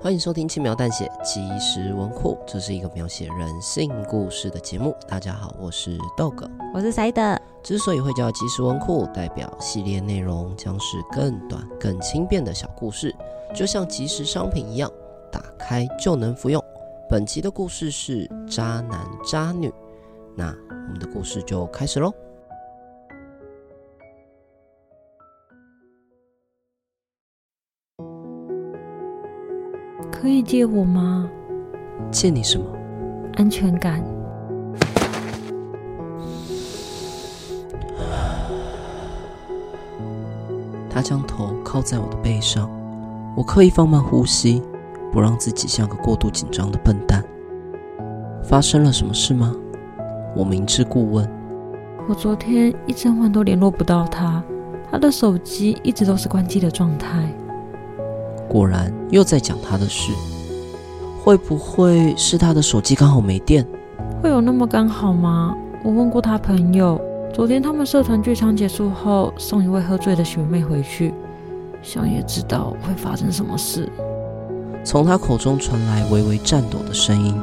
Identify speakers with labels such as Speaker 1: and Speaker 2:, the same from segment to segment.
Speaker 1: 欢迎收听《轻描淡写即时文库》，这是一个描写人性故事的节目。大家好，我是 Dog。
Speaker 2: 我是 Side，
Speaker 1: 之所以会叫即时文库，代表系列内容将是更短、更轻便的小故事，就像即时商品一样，打开就能服用。本期的故事是渣男渣女，那我们的故事就开始喽。
Speaker 2: 可以借我吗？
Speaker 1: 借你什么？
Speaker 2: 安全感。
Speaker 1: 他将头靠在我的背上，我刻意放慢呼吸，不让自己像个过度紧张的笨蛋。发生了什么事吗？我明知故问。
Speaker 2: 我昨天一整晚都联络不到他，他的手机一直都是关机的状态。
Speaker 1: 果然又在讲他的事。会不会是他的手机刚好没电？
Speaker 2: 会有那么刚好吗？我问过他朋友，昨天他们社团聚餐结束后，送一位喝醉的学妹回去，想也知道会发生什么事。
Speaker 1: 从他口中传来微微颤抖的声音，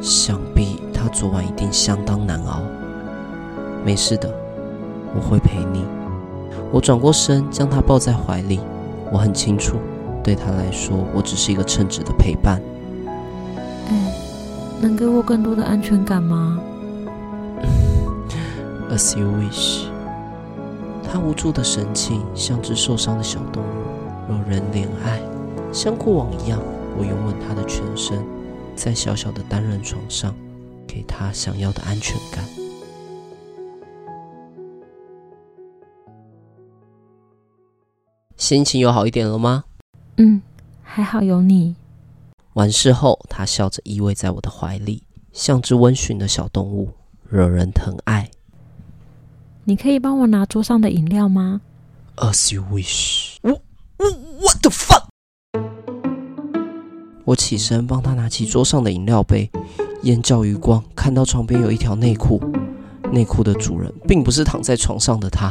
Speaker 1: 想必他昨晚一定相当难熬。没事的，我会陪你。我转过身，将他抱在怀里。我很清楚，对他来说，我只是一个称职的陪伴。
Speaker 2: 哎，能给我更多的安全感吗？
Speaker 1: As you wish。他无助的神情像只受伤的小动物，惹人怜爱。像过往一样，我拥吻他的全身，在小小的单人床上，给他想要的安全感。心情有好一点了吗？
Speaker 2: 嗯，还好有你。
Speaker 1: 完事后，他笑着依偎在我的怀里，像只温驯的小动物，惹人疼爱。
Speaker 2: 你可以帮我拿桌上的饮料吗？
Speaker 1: As you wish。我我 What the fuck！我起身帮他拿起桌上的饮料杯，眼角余光看到床边有一条内裤，内裤的主人并不是躺在床上的他。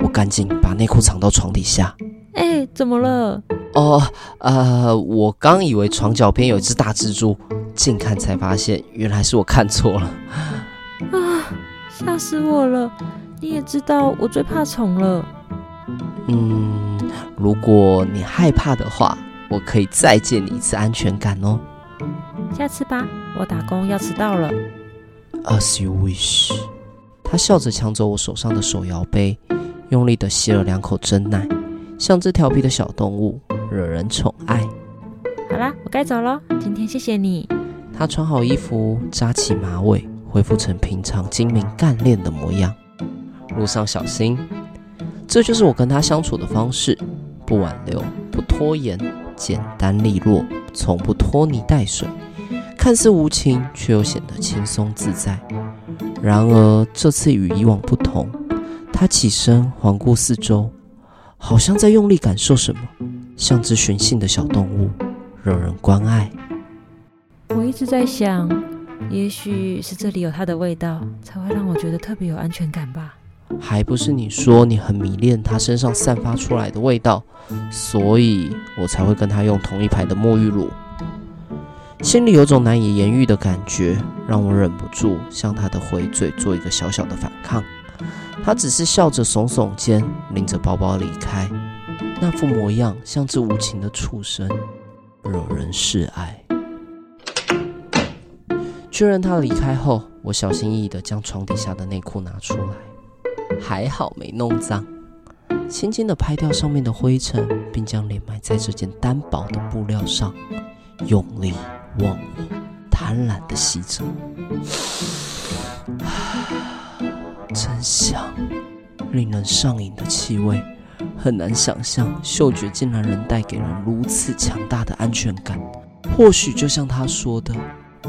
Speaker 1: 我赶紧把内裤藏到床底下。
Speaker 2: 哎，怎么了？
Speaker 1: 哦，呃，我刚以为床脚边有一只大蜘蛛，近看才发现原来是我看错了。
Speaker 2: 啊，吓死我了！你也知道我最怕虫了。
Speaker 1: 嗯，如果你害怕的话，我可以再借你一次安全感哦。
Speaker 2: 下次吧，我打工要迟到了。
Speaker 1: As you wish。他笑着抢走我手上的手摇杯，用力地吸了两口真奶，像只调皮的小动物，惹人宠爱。
Speaker 2: 好啦，我该走了。今天谢谢你。
Speaker 1: 他穿好衣服，扎起马尾，恢复成平常精明干练的模样。路上小心，这就是我跟他相处的方式，不挽留，不拖延，简单利落，从不拖泥带水。看似无情，却又显得轻松自在。然而这次与以往不同，他起身环顾四周，好像在用力感受什么，像只寻衅的小动物，惹人关爱。
Speaker 2: 我一直在想，也许是这里有它的味道，才会让我觉得特别有安全感吧。
Speaker 1: 还不是你说你很迷恋他身上散发出来的味道，所以我才会跟他用同一排的沐浴乳。心里有种难以言喻的感觉，让我忍不住向他的回嘴做一个小小的反抗。他只是笑着耸耸肩，拎着包包离开，那副模样像只无情的畜生，惹人示爱。确认他离开后，我小心翼翼地将床底下的内裤拿出来。还好没弄脏，轻轻地拍掉上面的灰尘，并将脸埋在这件单薄的布料上，用力忘我，贪婪地吸着， 真香，令人上瘾的气味，很难想象嗅觉竟然能带给人如此强大的安全感。或许就像他说的，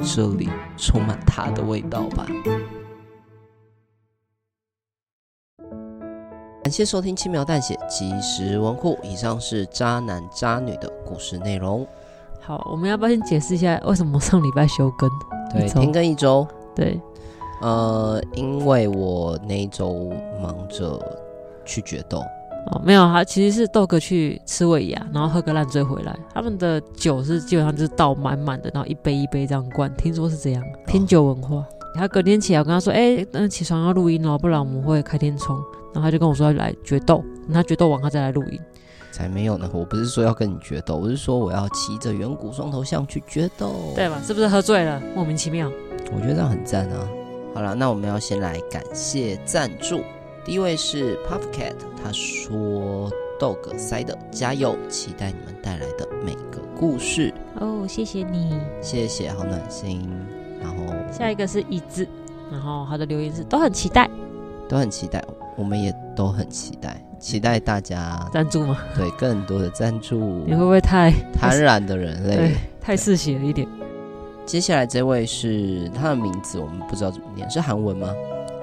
Speaker 1: 这里充满他的味道吧。感谢收听轻描淡写即时文库。以上是渣男渣女的故事内容。
Speaker 3: 好，我们要不要先解释一下为什么上礼拜休更？
Speaker 1: 对，
Speaker 3: 一周
Speaker 1: 停更一周。
Speaker 3: 对，
Speaker 1: 呃，因为我那一周忙着去决斗，
Speaker 3: 哦，没有，他其实是豆哥去吃尾牙，然后喝个烂醉回来。他们的酒是基本上就是倒满满的，然后一杯一杯这样灌，听说是这样，拼酒文化。他隔天起来，我跟他说：“哎、嗯，起床要录音哦，不然我们会开天窗。”然后他就跟我说要来决斗，等他决斗完他再来录音。
Speaker 1: 才没有呢！我不是说要跟你决斗，我是说我要骑着远古双头象去决斗。
Speaker 3: 对吧？是不是喝醉了？莫名其妙。
Speaker 1: 我觉得这样很赞啊！好了，那我们要先来感谢赞助，第一位是 Puff Cat，他说：“豆哥塞的加油，期待你们带来的每个故事，
Speaker 3: 哦，谢谢你。
Speaker 1: 谢谢，好暖心。”然后
Speaker 3: 下一个是椅子，然后他的留言是都很期待
Speaker 1: 都很期待，我们也都很期待，期待大 家
Speaker 3: 赞助吗？
Speaker 1: 对更多的赞助
Speaker 3: 你，会不会太
Speaker 1: 坦然的人类
Speaker 3: 对。太嗜血了一点？
Speaker 1: 接下来这位是他的名字，我们不知道怎么念，是韩文吗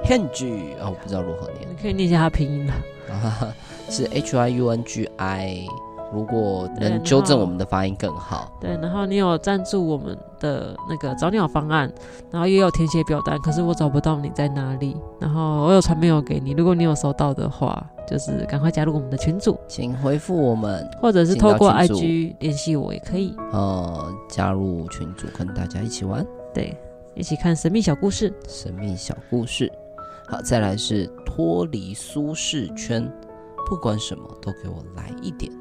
Speaker 1: h e n g i 啊、我不知道如何念。
Speaker 3: 你可以念一下他拼音了。
Speaker 1: 啊，是 H I U N G I。如果
Speaker 3: 对
Speaker 1: 能
Speaker 3: 然
Speaker 1: 纠正我
Speaker 3: 后
Speaker 1: 们的发音更好，
Speaker 3: 对，然后你有赞助我们的那个找鸟方案，然后也有填写表单，可是我找不到你在哪里。然后我有传 mail 给你，如果你有收到的话，就是赶快加入我们的群组，
Speaker 1: 请回复我们，
Speaker 3: 或者是透过
Speaker 1: 请到群
Speaker 3: IG 联系我也可以。
Speaker 1: 呃，加入群组跟大家一起玩
Speaker 3: 对，一起看神秘小故事。
Speaker 1: 神秘小故事。好，再来是脱离舒适圈，不管什么都给我来一点。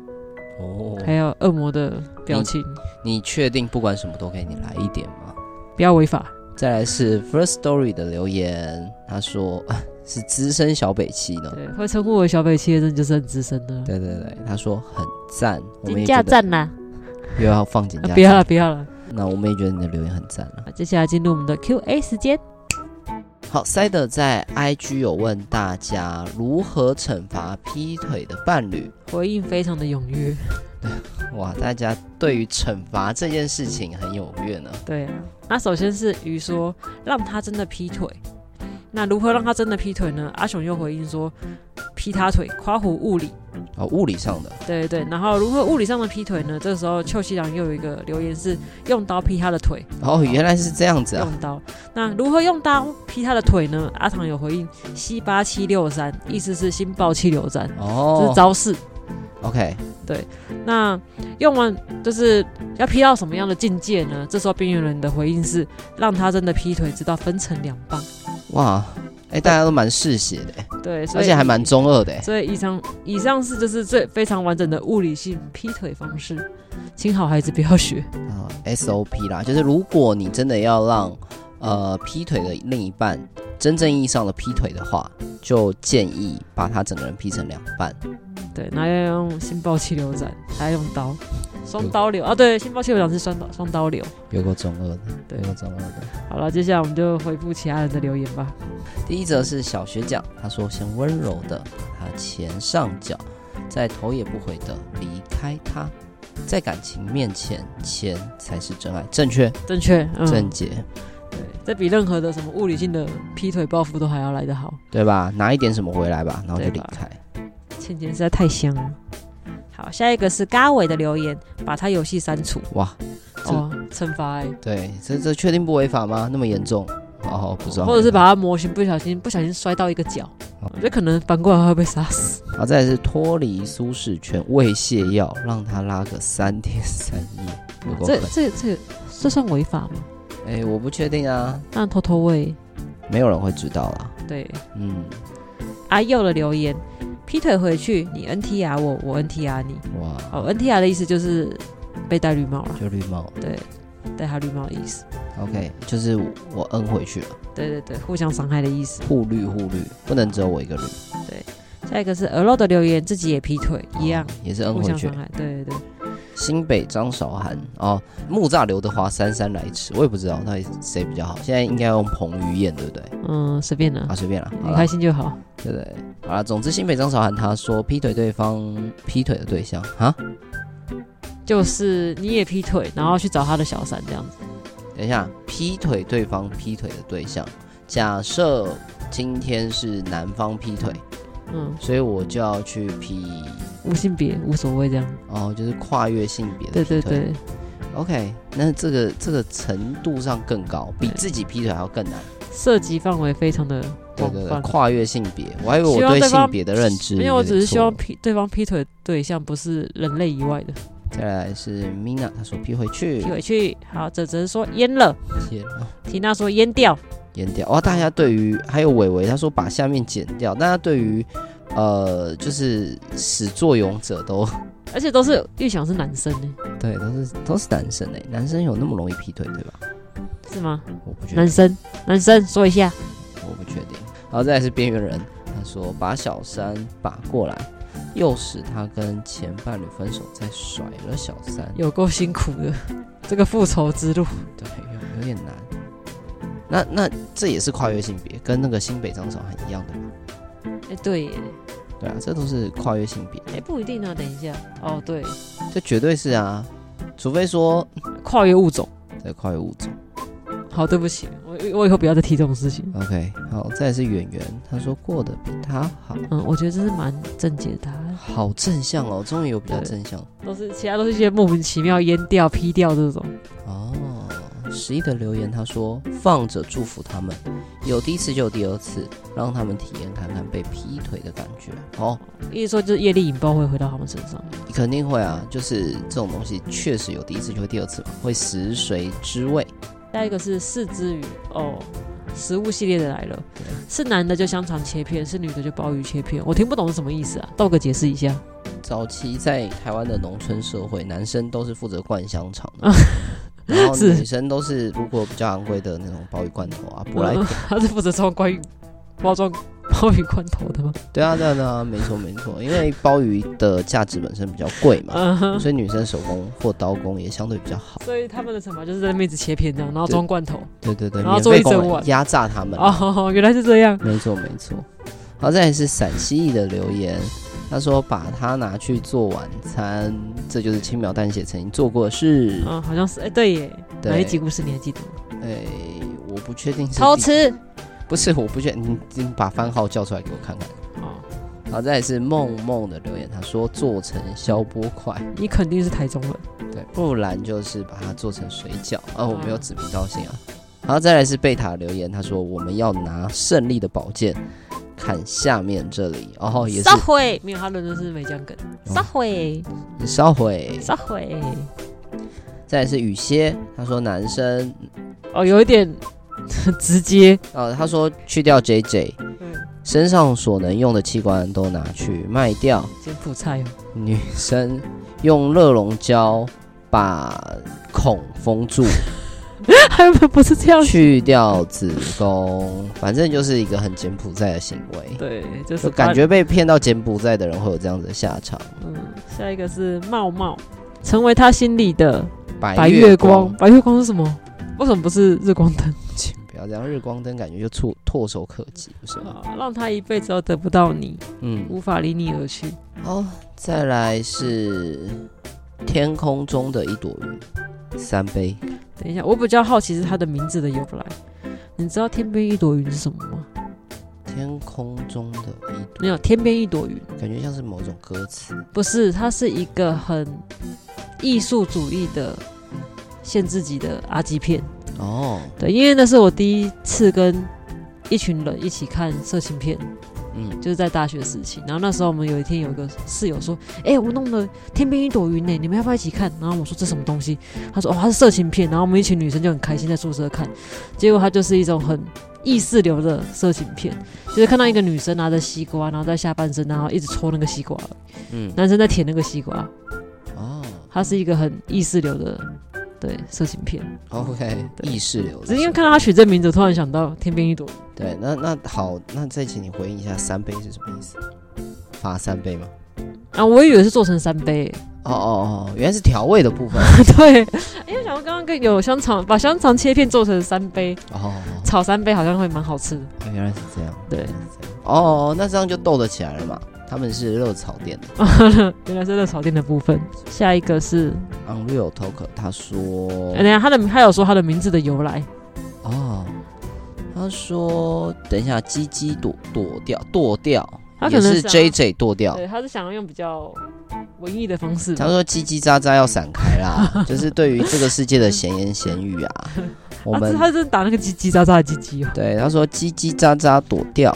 Speaker 1: 哦，
Speaker 3: 还有恶魔的表情，
Speaker 1: 你确定不管什么都给你来一点吗？
Speaker 3: 不要违法。
Speaker 1: 再来是 First Story 的留言，他说 是资深小北七呢。
Speaker 3: 对，会称呼我小北七的人就是很资深的，
Speaker 1: 呃对对对，他说很赞，我们
Speaker 3: 金
Speaker 1: 也
Speaker 3: 价
Speaker 1: 觉得
Speaker 3: 赞啦！
Speaker 1: 又要放紧
Speaker 3: 啊
Speaker 1: 假、
Speaker 3: 不要了，不要了。啊
Speaker 1: 那我们也觉得你的留言很赞了。
Speaker 3: 好接下来进入我们的 Q&A 时间。
Speaker 1: 好，Side 在 IG 有问大家如何惩罚劈腿的伴侣，
Speaker 3: 回应非常的踊跃。
Speaker 1: 哇，大家对于惩罚这件事情很踊跃呢。
Speaker 3: 对啊，那首先是鱼说让他真的劈腿，那如何让他真的劈腿呢？阿雄又回应说劈他腿，夸胡物理。
Speaker 1: 哦，物理上的，
Speaker 3: 对对对，然后如何物理上的劈腿呢？这个时候邱西郎又有一个留言是用刀劈他的腿，
Speaker 1: 哦，原来是这样子啊。
Speaker 3: 用刀。那如何用刀劈他的腿呢？阿唐有回应西八七六三，意思是心爆气流斩，这是
Speaker 1: 哦
Speaker 3: 招式。
Speaker 1: ，OK，
Speaker 3: 那用完就是要劈到什么样的境界呢？这时候边缘人的回应是让他真的劈腿，直到分成两半。
Speaker 1: 哇，哎，大家都蛮嗜血的，
Speaker 3: 对，所
Speaker 1: 而
Speaker 3: 以
Speaker 1: 且还蛮中二的。
Speaker 3: 所以以上以上是就是最非常完整的物理性劈腿方式，请好孩子不要学。
Speaker 1: 啊 SOP 啦，就是如果你真的要让呃劈腿的另一半真正意义上的劈腿的话，就建议把他整个人劈成两半。
Speaker 3: 对，那要用心爆气流斩，还要用刀，双刀流啊，对，心爆气流斩是双刀双刀流。
Speaker 1: 有个中二的，
Speaker 3: 对
Speaker 1: 有个中二的。
Speaker 3: 好了，接下来我们就回复其他人的留言吧。
Speaker 1: 第一则是小学讲，他说先温柔的把他前上脚，再头也不回的离开他。在感情面前，钱才是真爱，正确
Speaker 3: 正确，嗯，
Speaker 1: 正解，
Speaker 3: 对，这比任何的什么物理性的劈腿报复都还要来得好。
Speaker 1: 对吧？拿一点什么回来吧，然后就
Speaker 3: 对
Speaker 1: 离
Speaker 3: 吧
Speaker 1: 开。
Speaker 3: 倩倩实在太香了。好，下一个是嘎伟的留言，把他游戏删除。
Speaker 1: 哇，这
Speaker 3: 哦，惩罚、欸，
Speaker 1: 对，这这确定不违法吗？那么严重？哦，不知道。哦
Speaker 3: 或者是把他模型不小心不小心摔到一个角，
Speaker 1: 好
Speaker 3: 我觉得可能翻过来会被杀死。
Speaker 1: 然后再来是脱离舒适圈，喂泻药，让他拉个三天三夜，有够
Speaker 3: 这
Speaker 1: 狠。
Speaker 3: 这这这算违法吗？
Speaker 1: 哎、我不确定啊，
Speaker 3: 那偷偷喂，
Speaker 1: 没有人会知道啦。
Speaker 3: 对
Speaker 1: 嗯，
Speaker 3: 阿佑的留言，劈腿回去，你 NTR 我，我 NTR 你。
Speaker 1: 哇，
Speaker 3: 哦，NTR 的意思就是被戴绿帽了，
Speaker 1: 就绿帽
Speaker 3: 对，戴他绿帽的意思，
Speaker 1: ，OK，就是我摁回去了，
Speaker 3: 对对对，互相伤害的意思。
Speaker 1: 互绿互绿，不能只有我一个绿，
Speaker 3: 下一个是鹅肉的留言，自己也劈腿，一样
Speaker 1: 哦，也是摁
Speaker 3: 互
Speaker 1: 回
Speaker 3: 相
Speaker 1: 去
Speaker 3: 伤。害，对对对。
Speaker 1: 新北张韶涵哦，木栅刘德华姗姗来迟，我也不知道到底谁比较好，现在应该用彭于晏对不对？
Speaker 3: 嗯，随便啦
Speaker 1: 啊，，随便啦，好
Speaker 3: 你
Speaker 1: 啦
Speaker 3: 开心就好。
Speaker 1: 对不对？好了，总之新北张韶涵他说劈腿对方劈腿的对象啊，
Speaker 3: 就是你也劈腿，然后去找他的小三这样子。
Speaker 1: 等一下，劈腿对方劈腿的对象，假设今天是男方劈腿，
Speaker 3: 嗯，
Speaker 1: 所以我就要去劈
Speaker 3: 无性别无所谓这样。
Speaker 1: 哦，就是跨越性别的劈腿。
Speaker 3: 对对对，
Speaker 1: OK，那这个这个程度上更高，比自己劈腿还要更难。
Speaker 3: 涉及范围非常的
Speaker 1: 对
Speaker 3: 广
Speaker 1: 对对，
Speaker 3: 泛。
Speaker 1: 跨越性别，我还以为我
Speaker 3: 希望
Speaker 1: 对
Speaker 3: 对
Speaker 1: 性
Speaker 3: 方
Speaker 1: 别的认知
Speaker 3: 没有，
Speaker 1: 有
Speaker 3: 我
Speaker 1: 点
Speaker 3: 只是希望
Speaker 1: 错
Speaker 3: 劈对方劈腿的对象不是人类以外的
Speaker 1: 再来是 Mina，她说劈回去
Speaker 3: 劈，回去。好，哲哲说淹了，
Speaker 1: 天啊，
Speaker 3: 缇娜说淹掉，
Speaker 1: 淹掉哇！大家对于还有伟伟，他说把下面剪掉，大家对于呃就是始作俑者都
Speaker 3: 而且都是预想是男生呢，
Speaker 1: 对都是都是男生哎、男生有那么容易劈腿对吧？
Speaker 3: 是吗？
Speaker 1: 我不觉得
Speaker 3: 男，生，男生说一下，
Speaker 1: 我不确定。然后再来是边缘人，他说把小三把过来，诱使他跟前伴侣分手，再甩了小三，
Speaker 3: 有够辛苦的 这个复仇之路。
Speaker 1: 对，有有点难。那那这也是跨越性别，跟那个新北张韶涵一样的嘛？
Speaker 3: 哎、对耶，
Speaker 1: 对啊，这都是跨越性别，
Speaker 3: 哎、不一定啊。等一下，哦，对，
Speaker 1: 这绝对是啊，除非说嗯
Speaker 3: 跨越物种。
Speaker 1: 这跨越物种。
Speaker 3: 好，对不起，我我以后不要再提这种事情。
Speaker 1: OK，好，再来是圆圆，他说过得比他好，
Speaker 3: 嗯，我觉得这是蛮正解的答案，
Speaker 1: 好正向哦，终于有比较
Speaker 3: 对
Speaker 1: 正向
Speaker 3: 都是其他都是一些莫名其妙淹掉、劈掉这种。
Speaker 1: 哦。十一的留言，他说放着祝福他们，有第一次就有第二次，让他们体验看看被劈腿的感觉。哦，
Speaker 3: 意思说就是业力引爆会回到他们身上。
Speaker 1: 肯定会啊，就是这种东西确实有第一次就会第二次嘛，会食髓知味。
Speaker 3: 下一个是四只鱼哦，食物系列的来了
Speaker 1: 对，
Speaker 3: 是男的就香肠切片，是女的就鲍鱼切片。我听不懂是什么意思啊，豆哥解释一下。
Speaker 1: 早期在台湾的农村社会，男生都是负责灌香肠 的，然后
Speaker 3: 是
Speaker 1: 女生都是如果比较昂贵的那种鲍鱼罐头啊、舶来品
Speaker 3: 嗯。 他是负责装关于包装鲍鱼罐头 的吗？
Speaker 1: 对啊，对啊，对啊，没错没错，因为鲍鱼的价值本身比较贵嘛，
Speaker 3: 嗯哼，
Speaker 1: 所以女生手工或刀工也相对比较好。
Speaker 3: 所以他们的惩罚就是在那边一直切片这样，然后
Speaker 1: 对
Speaker 3: 装罐头。
Speaker 1: 对对对，
Speaker 3: 然后
Speaker 1: 免
Speaker 3: 做
Speaker 1: 费
Speaker 3: 一整
Speaker 1: 供来
Speaker 3: 碗
Speaker 1: 压榨他们啊。
Speaker 3: 哦， 原来是这样。
Speaker 1: 没错没错。好，再来是陕西裔的留言，他说把它拿去做晚餐，这就是轻描淡写曾经做过的事。
Speaker 3: 嗯，好像是哎、对耶，
Speaker 1: 对
Speaker 3: 哪一集故事你还记得吗？
Speaker 1: 哎、我不确定是
Speaker 3: 偷
Speaker 1: 第
Speaker 3: 吃。
Speaker 1: 不是，我不确定，你你把番号叫出来给我看看。
Speaker 3: 哦，
Speaker 1: 好，再来是梦梦的留言，他说做成消波块，
Speaker 3: 你肯定是台中人。
Speaker 1: 对，不然就是把它做成水饺。啊，我没有
Speaker 3: 嗯
Speaker 1: 指名道姓啊。然后再来是贝塔留言，他说我们要拿胜利的宝剑砍下面这里，哦，也是哦
Speaker 3: 撒谎，没有他伦敦是美江梗。撒谎，
Speaker 1: 烧毁。
Speaker 3: 撒谎。
Speaker 1: 再来是雨歇，他说男生，
Speaker 3: 哦，有一点 直接。
Speaker 1: 呃，他说去掉 JJ，
Speaker 3: 嗯，
Speaker 1: 身上所能用的器官都拿去卖掉。
Speaker 3: 柬埔寨哦。
Speaker 1: 女生用热熔胶把孔封 住，
Speaker 3: 他们不是这样。
Speaker 1: 去掉子宫，反正就是一个很柬埔寨的行为。
Speaker 3: 对，就是
Speaker 1: 就
Speaker 3: 把
Speaker 1: 感。觉被骗到柬埔寨的人会有这样子的下场。
Speaker 3: 嗯，下一个是茂茂，成为他心里的白
Speaker 1: 白
Speaker 3: 月光
Speaker 1: 光，。
Speaker 3: 白月光是什么？为什么不是日光灯？
Speaker 1: 请不要这样，日光灯感觉就触唾手可及，不是吗？
Speaker 3: 啊让他一辈子都得不到你，
Speaker 1: 嗯，
Speaker 3: 无法离你而去。
Speaker 1: 好，哦再来是天空中的一朵云，三杯。
Speaker 3: 等一下，我比较好奇是他的名字的由来。你知道天边一朵云是什么吗？
Speaker 1: 天空中的一朵，
Speaker 3: 没有，天边一朵云
Speaker 1: 感觉像是某种歌词。
Speaker 3: 不是，它是一个很艺术主义的限制级的阿基片。
Speaker 1: 哦，
Speaker 3: 对，因为那是我第一次跟一群人一起看色情片，
Speaker 1: 嗯，
Speaker 3: 就是在大学时期。然后那时候我们有一天有一个室友说：“哎、我弄了天边一朵云呢、你们要不要一起看？”然后我说：“这什么东西？”他说：“哦，它是色情片。”然后我们一群女生就很开心在宿舍看，结果它就是一种很意识流的色情片，就是看到一个女生拿着西瓜，然后在下半身，然后一直抽那个西瓜，
Speaker 1: 嗯，
Speaker 3: 男生在舔那个西瓜，
Speaker 1: 哦
Speaker 3: 它是一个很意识流的对色情片。
Speaker 1: 哦，OK，
Speaker 3: 对
Speaker 1: 意识流的。
Speaker 3: 只是因为看到他取这名字，我突然想到天边一朵云。
Speaker 1: 对，那那好，那再请你回应一下三杯是什么意思？罚三杯吗？
Speaker 3: 啊，我以为是做成三 杯，
Speaker 1: 哦哦哦，原来是调味的部 分。
Speaker 3: 对，因为想到刚刚跟有香肠，把香肠切片做成三杯，
Speaker 1: 哦，哦
Speaker 3: 炒三杯好像会蛮好吃的。
Speaker 1: 哦原来是这样。
Speaker 3: 对
Speaker 1: 原来是这样。哦哦，哦那这样就斗得起来了嘛。他们是热炒店的。
Speaker 3: 原来是热炒店的部分。下一个是，
Speaker 1: Unreal Talk，他说，
Speaker 3: 哎、等一下他的他有说他的名字的由来，
Speaker 1: 哦，他说，等一下，鸡鸡躲躲掉，剁掉，
Speaker 3: 他
Speaker 1: 也
Speaker 3: 可能
Speaker 1: 是
Speaker 3: 想
Speaker 1: J J 剁掉
Speaker 3: 对，。他是想要用比较文艺的方式吧。
Speaker 1: 他说：“叽叽喳喳要闪开啦，就是对于这个世界的闲言闲语啊，我
Speaker 3: 他
Speaker 1: 们
Speaker 3: 他真的打那个叽叽喳喳的叽叽哦。
Speaker 1: 对他说叽叽喳喳躲掉。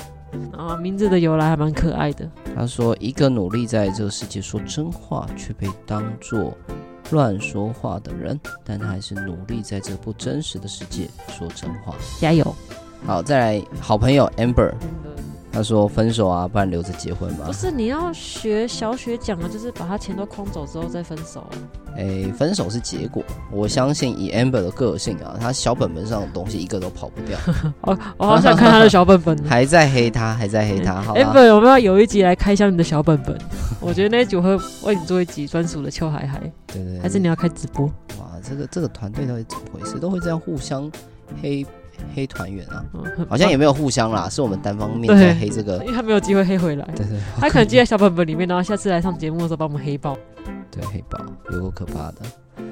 Speaker 3: 啊，名字的由来还蛮可爱的。
Speaker 1: 他说一个努力在这个世界说真话却被当作乱说话的人，但他还是努力在这不真实的世界说真话。
Speaker 3: 加油！
Speaker 1: 好，再来好朋友 Amber，他说分手啊，不然留着结婚吧
Speaker 3: 不。是你要学小雪讲的，就是把他钱都框走之后再分手。啊 嗯
Speaker 1: 诶，哎分手是结果，我相信以 Amber 的个性啊，他小本本上的东西一个都跑不掉，
Speaker 3: 哦，我好想看他的小本啊本
Speaker 1: 还在黑他，还在黑他，好啦。
Speaker 3: amber 有没有有一集来开箱你的小本 本？我觉得那一组会为你做一集专属的秋海海，
Speaker 1: 对对对，
Speaker 3: 还是你要开直播？
Speaker 1: 哇，这个这个团队到底怎么回事？都会这样互相黑黑团员啊？
Speaker 3: 嗯，
Speaker 1: 好像也没有互相啦，是我们单方面
Speaker 3: 对
Speaker 1: 在黑这个。
Speaker 3: 因为他没有机会黑回来，
Speaker 1: 对对
Speaker 3: 他可能记在小本本里面，然后下次来上节目的时候把我们黑爆。
Speaker 1: 对，黑豹有够可怕的。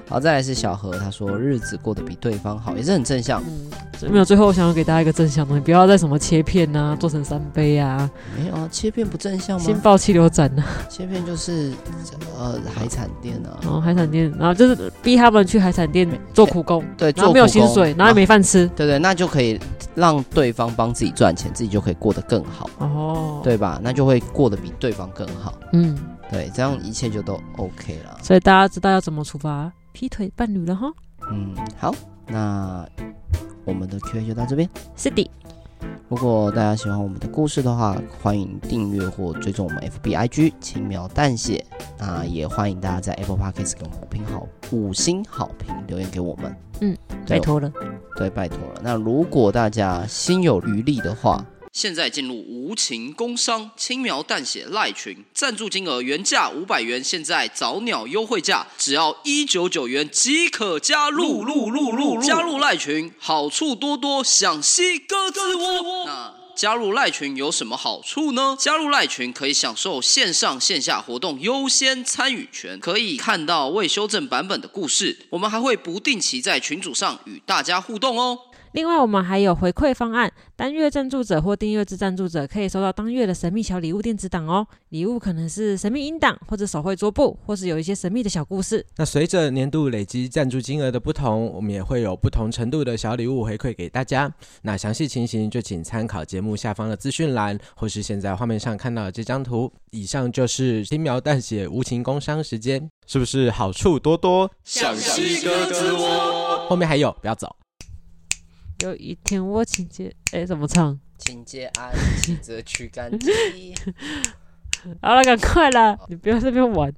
Speaker 1: 好，再来是小何，他说日子过得比对方好，也是很正向。
Speaker 3: 嗯，所以没有。最后我想要给大家一个正向的东西，不要再什么切片啊，做成三杯啊，
Speaker 1: 没有啊，切片不正向
Speaker 3: 先
Speaker 1: 吗？
Speaker 3: 爆气流斩啊，
Speaker 1: 切片就是呃海产店啊，
Speaker 3: 然后海产店，然后就是逼他们去海产店做苦工，
Speaker 1: 对，
Speaker 3: 然
Speaker 1: 做
Speaker 3: 后没有
Speaker 1: 苦工啊
Speaker 3: 薪水，然后也没饭吃。
Speaker 1: 对对，那就可以让对方帮自己赚钱，自己就可以过得更好，
Speaker 3: 哦，，
Speaker 1: 啊对吧？那就会过得比对方更好，
Speaker 3: 嗯，
Speaker 1: 对，这样一切就都 OK 了。
Speaker 3: 所以大家知道要怎么处罚劈腿伴侣了哈。
Speaker 1: 嗯，好，那我们的 Q&A 就到这边。
Speaker 3: 是的，
Speaker 1: 如果大家喜欢我们的故事的话，欢迎订阅或追踪我们 FB IG 轻描淡写。那也欢迎大家在 Apple Podcast 给我们五评好五星好评留言给我们。
Speaker 3: 嗯，
Speaker 1: 对
Speaker 3: 拜，托了，
Speaker 1: 对，拜托了。那如果大家心有余力的话，现在进入无情工商轻描淡写赖群，赞助金额原价五百元，现在早鸟优惠价只要一九九元即可加入，入入入入加入赖群，好处多多，想吸鸽子窝。那加入赖群有什么好处呢？加入赖群可以享受线上线下活动优先参与权，可以看到未修正版本的故事。我们还会不定期在群组上与大家互动哦。
Speaker 3: 另外，我们还有回馈方案，单月赞助者或订阅制赞助者可以收到当月的神秘小礼物电子档哦。礼物可能是神秘音档，或者手绘桌布，或是有一些神秘的小故事。
Speaker 4: 那随着年度累积赞助金额的不同，我们也会有不同程度的小礼物回馈给大家。那详细情形就请参考节目下方的资讯栏，或是现在画面上看到的这张图。以上就是轻描淡写无情工商时间，是不是好处多多？
Speaker 1: 想吸鸽子窝，
Speaker 4: 后面还有，不要走。
Speaker 3: 有一天我情节，哎，怎么唱？
Speaker 1: 请节安，记则去干净。
Speaker 3: 好了，赶快啦，你不要这边玩。